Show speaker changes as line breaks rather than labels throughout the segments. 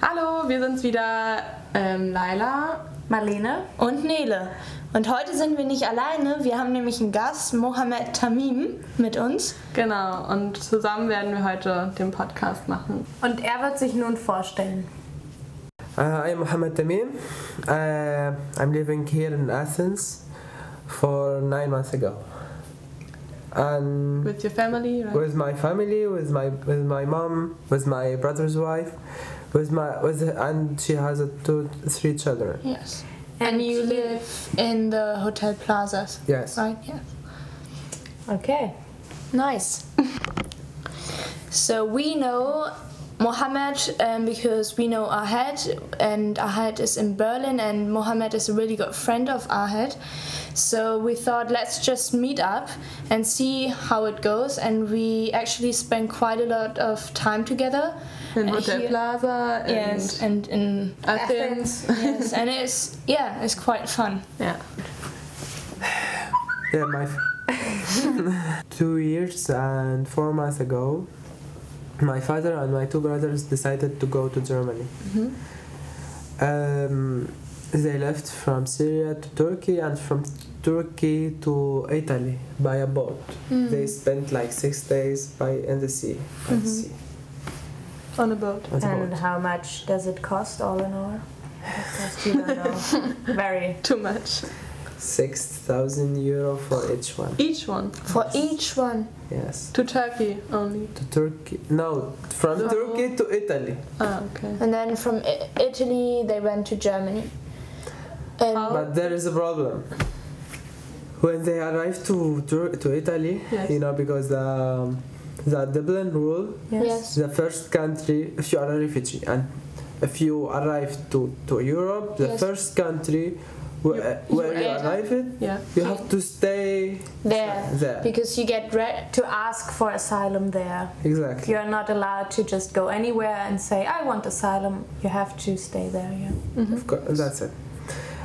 Hallo, wir sind's wieder, ähm, Laila.
Marlene.
und Nele. Und heute sind wir nicht alleine, wir haben nämlich einen Gast, Mohammed Tamim, mit uns.
Genau, und zusammen werden wir heute den Podcast machen.
Und er wird sich nun vorstellen.
Uh, I'm Mohammed Tamim. Uh, I'm living here in Athens for nine months ago. And
With your family, right?
with my family, with my with my mom, with my brother's wife, with my with and she has a two three children.
Yes.
And
And you
he-
live in the Hotel Plazas.
Yes.
Right? Yeah.
Okay.
Nice. so we know Mohammed um, because we know Ahed, and Ahed is in Berlin, and Mohammed is a really good friend of Ahed. So we thought, let's just meet up and see how it goes. And we actually spent quite a lot of time together.
In
uh,
Hotel
here-
Plaza and
Yes, and in
Athens.
yes, and it's yeah, it's quite fun.
Ja.
Yeah, my f- two years and four months ago, my father and my two brothers decided to go to Germany. Um, they left from Syria to Turkey and from Turkey to Italy by a boat.
Mm-hmm. Hmm.
They spent like six days by in the sea. By the sea.
On a boat.
on the
And
boat.
how much does it cost all in all? Because you don't know. Very.
Too much.
Six thousand euro for each one.
Each one.
For each one,
Yes.
To Turkey only.
To Turkey. No, from
So-
Turkey to Italy.
Ah, okay.
and then from I- Italy they went to Germany. And
How-
But there is a problem. When they arrived to Tur- to Italy,
Yes.
you know, because the um, the Dublin rule,
yes.
the first country if you are a refugee and if you arrive to, to Europe, the
Yes.
first country
You-
where,
you
where you,
enter.
arrive, it,
Yeah.
you have to stay
there
there.
because you get red.
To ask for asylum there.
Exactly.
You're not allowed to just go anywhere and say, I want asylum. You have to stay there, yeah.
Mm-hmm.
Of course, that's it.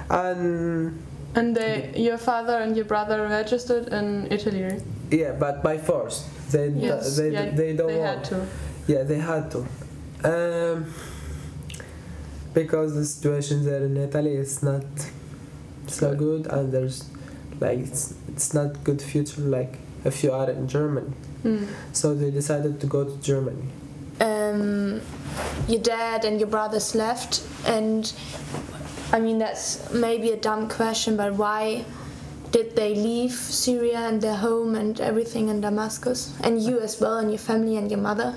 And
And they, your father and your brother registered in Italy. right?
yeah, but by force, they
Yes.
they,
Yeah,
they don't
They
want.
had to.
Yeah, they had to. Um, because the situation there in Italy is not so good, and there's like it's, it's not good future like if you are in Germany.
Mm.
So they decided to go to Germany.
Um, your dad and your brothers left, and I mean that's maybe a dumb question, but why? Did they leave Syria and their home and everything in Damascus? And you as well, and your family and your mother?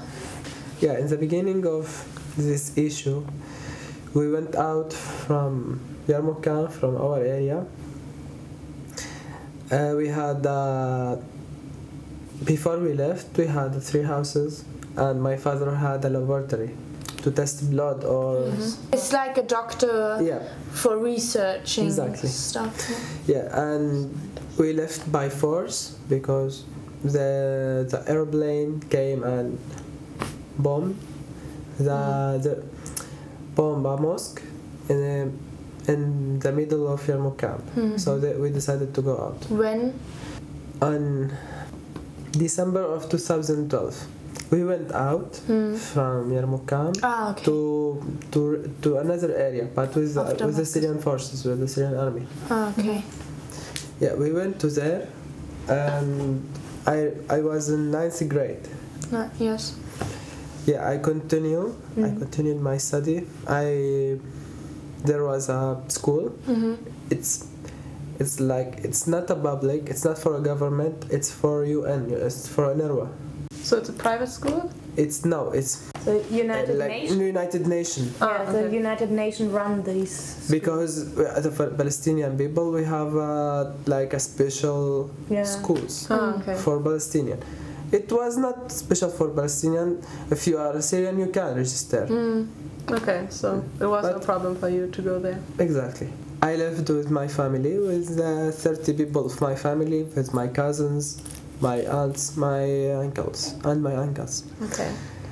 Yeah, in the beginning of this issue, we went out from Yarmouk, from our area. Uh, we had, uh, before we left, we had three houses, and my father had a laboratory to test blood or.
It's like a doctor
Yeah,
for researching
Exactly.
stuff.
yeah, and we left by force because the the airplane came and bombed the
Mm-hmm.
the bomb a mosque in the, in the middle of Yarmouk camp.
Mm-hmm.
So that we decided to go out
When?
on December of 2012. We went out
Mm-hmm.
from Yarmouk camp
Ah, okay.
to to to another area, but with the,
Of
with the
Damascus.
Syrian forces, with the Syrian army.
Ah, okay.
Yeah, we went to there, and I I was in ninth grade.
No, Ah, yes.
Yeah, I continue. I
Mm-hmm.
continued my study. I there was a school.
Mm-hmm.
It's it's like it's not a public. It's not for a government. It's for UN. It's for UNRWA.
So it's a private school?
It's no. It's uh,
So United
like
Nations.
United Nations.
Ah,
yeah,
okay.
the United Nations run these.
Because we- as a Pal- Palestinian people, we have uh, like a special
Yeah.
schools.
Ah, okay.
for Palestinian. It was not special for Palestinian. If you are a Syrian, you can register.
Hmm. Mm. Okay, so it was no
But-
problem for you to go there.
Exactly. I lived with my family, with uh, 30 people of my family, with my cousins, my aunts, my uncles, and my uncles.
Okay.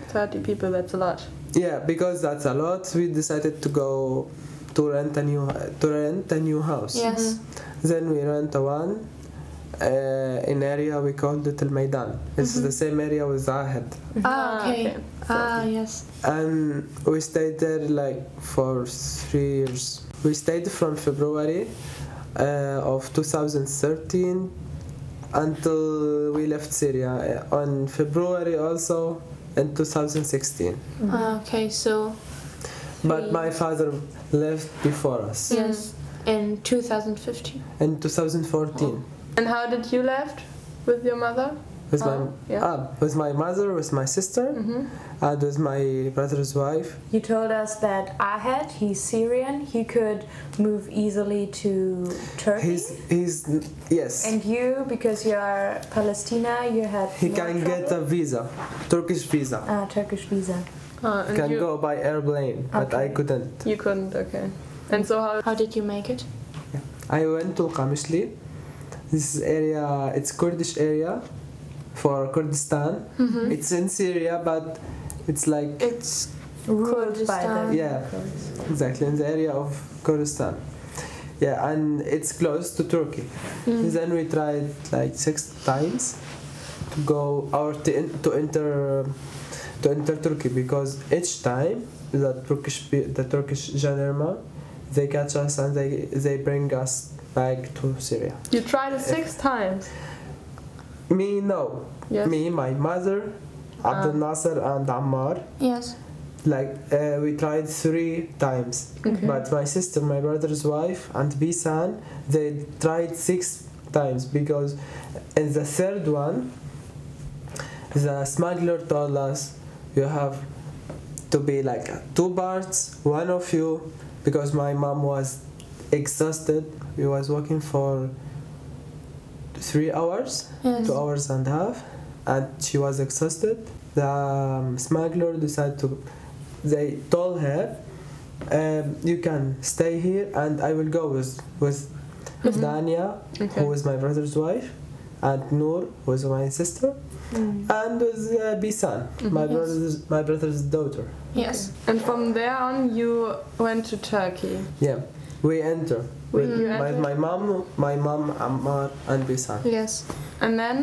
30 people, that's a lot.
Yeah, because that's a lot. We decided to go to rent a new to rent a new house.
Yes.
Then we rent a one, uh, an area we called it Al Maidan. It's the same area with Ahad.
Ah,
Ah,
okay.
okay.
Ah, yes.
And Um, we stayed there like for three years. We stayed from February uh, of 2013 until we left Syria uh, on February also in 2016.
Ah, okay, so
But my father left before us
yes, in 2015.
in 2014
And how did you left with your mother?
with my
Oh, yeah. Mm. Mm-hmm.
ah, with my mother, with my sister, and with my brother's wife.
You told us that Ahed, he's Syrian, he could move easily to Turkey.
He's he's yes.
and you, because you are Palestina, you had
He
more
can get a
trouble?
visa, Turkish visa.
Ah, Turkish visa.
Uh, and
Can
you,
go by airplane, but I
Okay.
couldn't.
you couldn't, okay. And so how?
How did you make it?
I went to Qamishli. This area, it's Kurdish area for Kurdistan.
Mm-hmm.
It's in Syria, but it's like
It's
Ruled by
Kurdistan.
the
yeah, exactly in the area of Kurdistan. Yeah, and it's close to Turkey. Then we tried like six times to go or to, en- to enter to enter Turkey because each time the Turkish pe- the Turkish gendarme they catch us and they they bring us back to Syria.
you tried it six times.
Me no,
Yes.
me my mother, Abdel Nasser and Ammar.
Yes.
Like uh, we tried three times, but my sister, my brother's wife, and Bisan, they tried six times because in the third one, the smuggler told us you have to be like two parts, one of you, because my mom was exhausted. We was walking for three hours
Yes.
two hours and a half and she was exhausted the um, smuggler decided to they told her um, you can stay here and i will go with with
Mm-hmm.
dania who is my brother's wife and Noor, who is my sister,
Mm.
and with uh, Bisan,
Mm-hmm.
my brother's my brother's daughter.
Yes.
And from there on, you went to Turkey.
Yeah, we enter with
you
my,
enter?
my mom, my mom, Ammar, and Bisan.
Yes.
And then,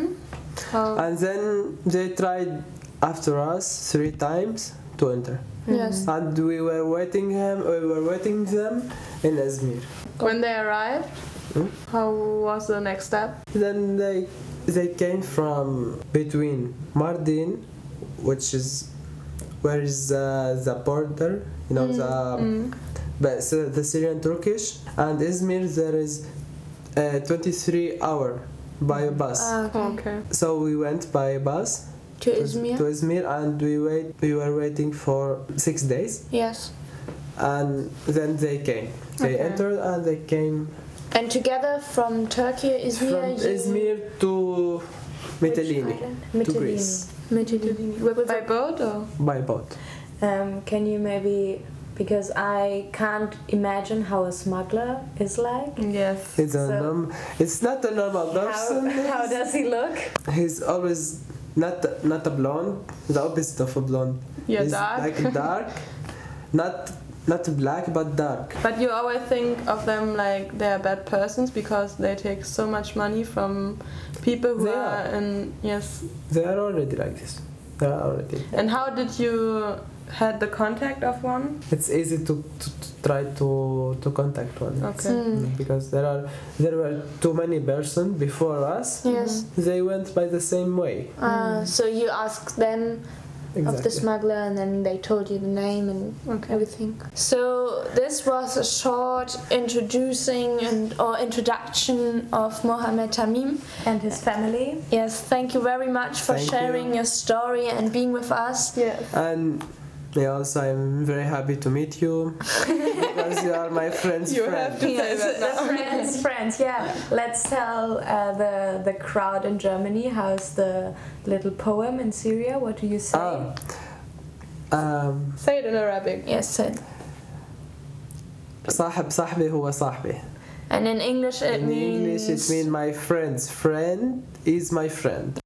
how?
And then they tried after us three times to enter.
Yes.
And we were waiting him we were waiting them in Izmir.
when they arrived,
Hmm?
how was the next step?
Then they they came from between Mardin, which is where is uh, the border, you know the but so the Syrian Turkish and Izmir there is a 23 hour by bus.
Ah, okay.
Okay.
so we went by bus
To
to- to
Izmir.
Izmir and we wait we were waiting for 6 days
Yes.
and then they came. They
Okay.
entered and they came
And together from Turkey,
from
Izmir, you-
Izmir to Mytilene, to
Mytilene.
Greece,
Mytilene. Where was
By
it?
boat or?
by boat.
Um, can you maybe, because I can't imagine how a smuggler is like.
Yes.
It's a
So-
norm, It's not a normal person.
How, how does he look?
He's always not not a blonde, the opposite of a blonde.
Yeah,
He's
dark.
Like dark, not not black but dark.
But you always think of them like they are bad persons because they take so much money from people who
They
are,
are.
in yes.
They are already like this. They are already.
And how did you had the contact of one?
It's easy to, to, to try to to contact one
Hmm.
Okay.
Mm.
because there are there were too many person before us.
Yes.
They went by the same way.
Uh, so you asked them of the smuggler, and then they told you the name and
Okay.
everything. So this was a short introducing and or introduction of Mohammed Tamim.
And his family?
Yes, thank you very much for
Thank
sharing
you.
your story and being with us.
Yes.
And yeah, also I'm very happy to meet you because you are my friend's
You
friend.
have to say that now.
The friends, friends, yeah. Let's tell uh, the the crowd in Germany how's the little poem in Syria. What do you say?
Ah. Um,
Say it in Arabic.
Yes, said.
صاحب صاحبي هو صاحبي.
And in English it
In
means
English, it means my friend's friend is my friend.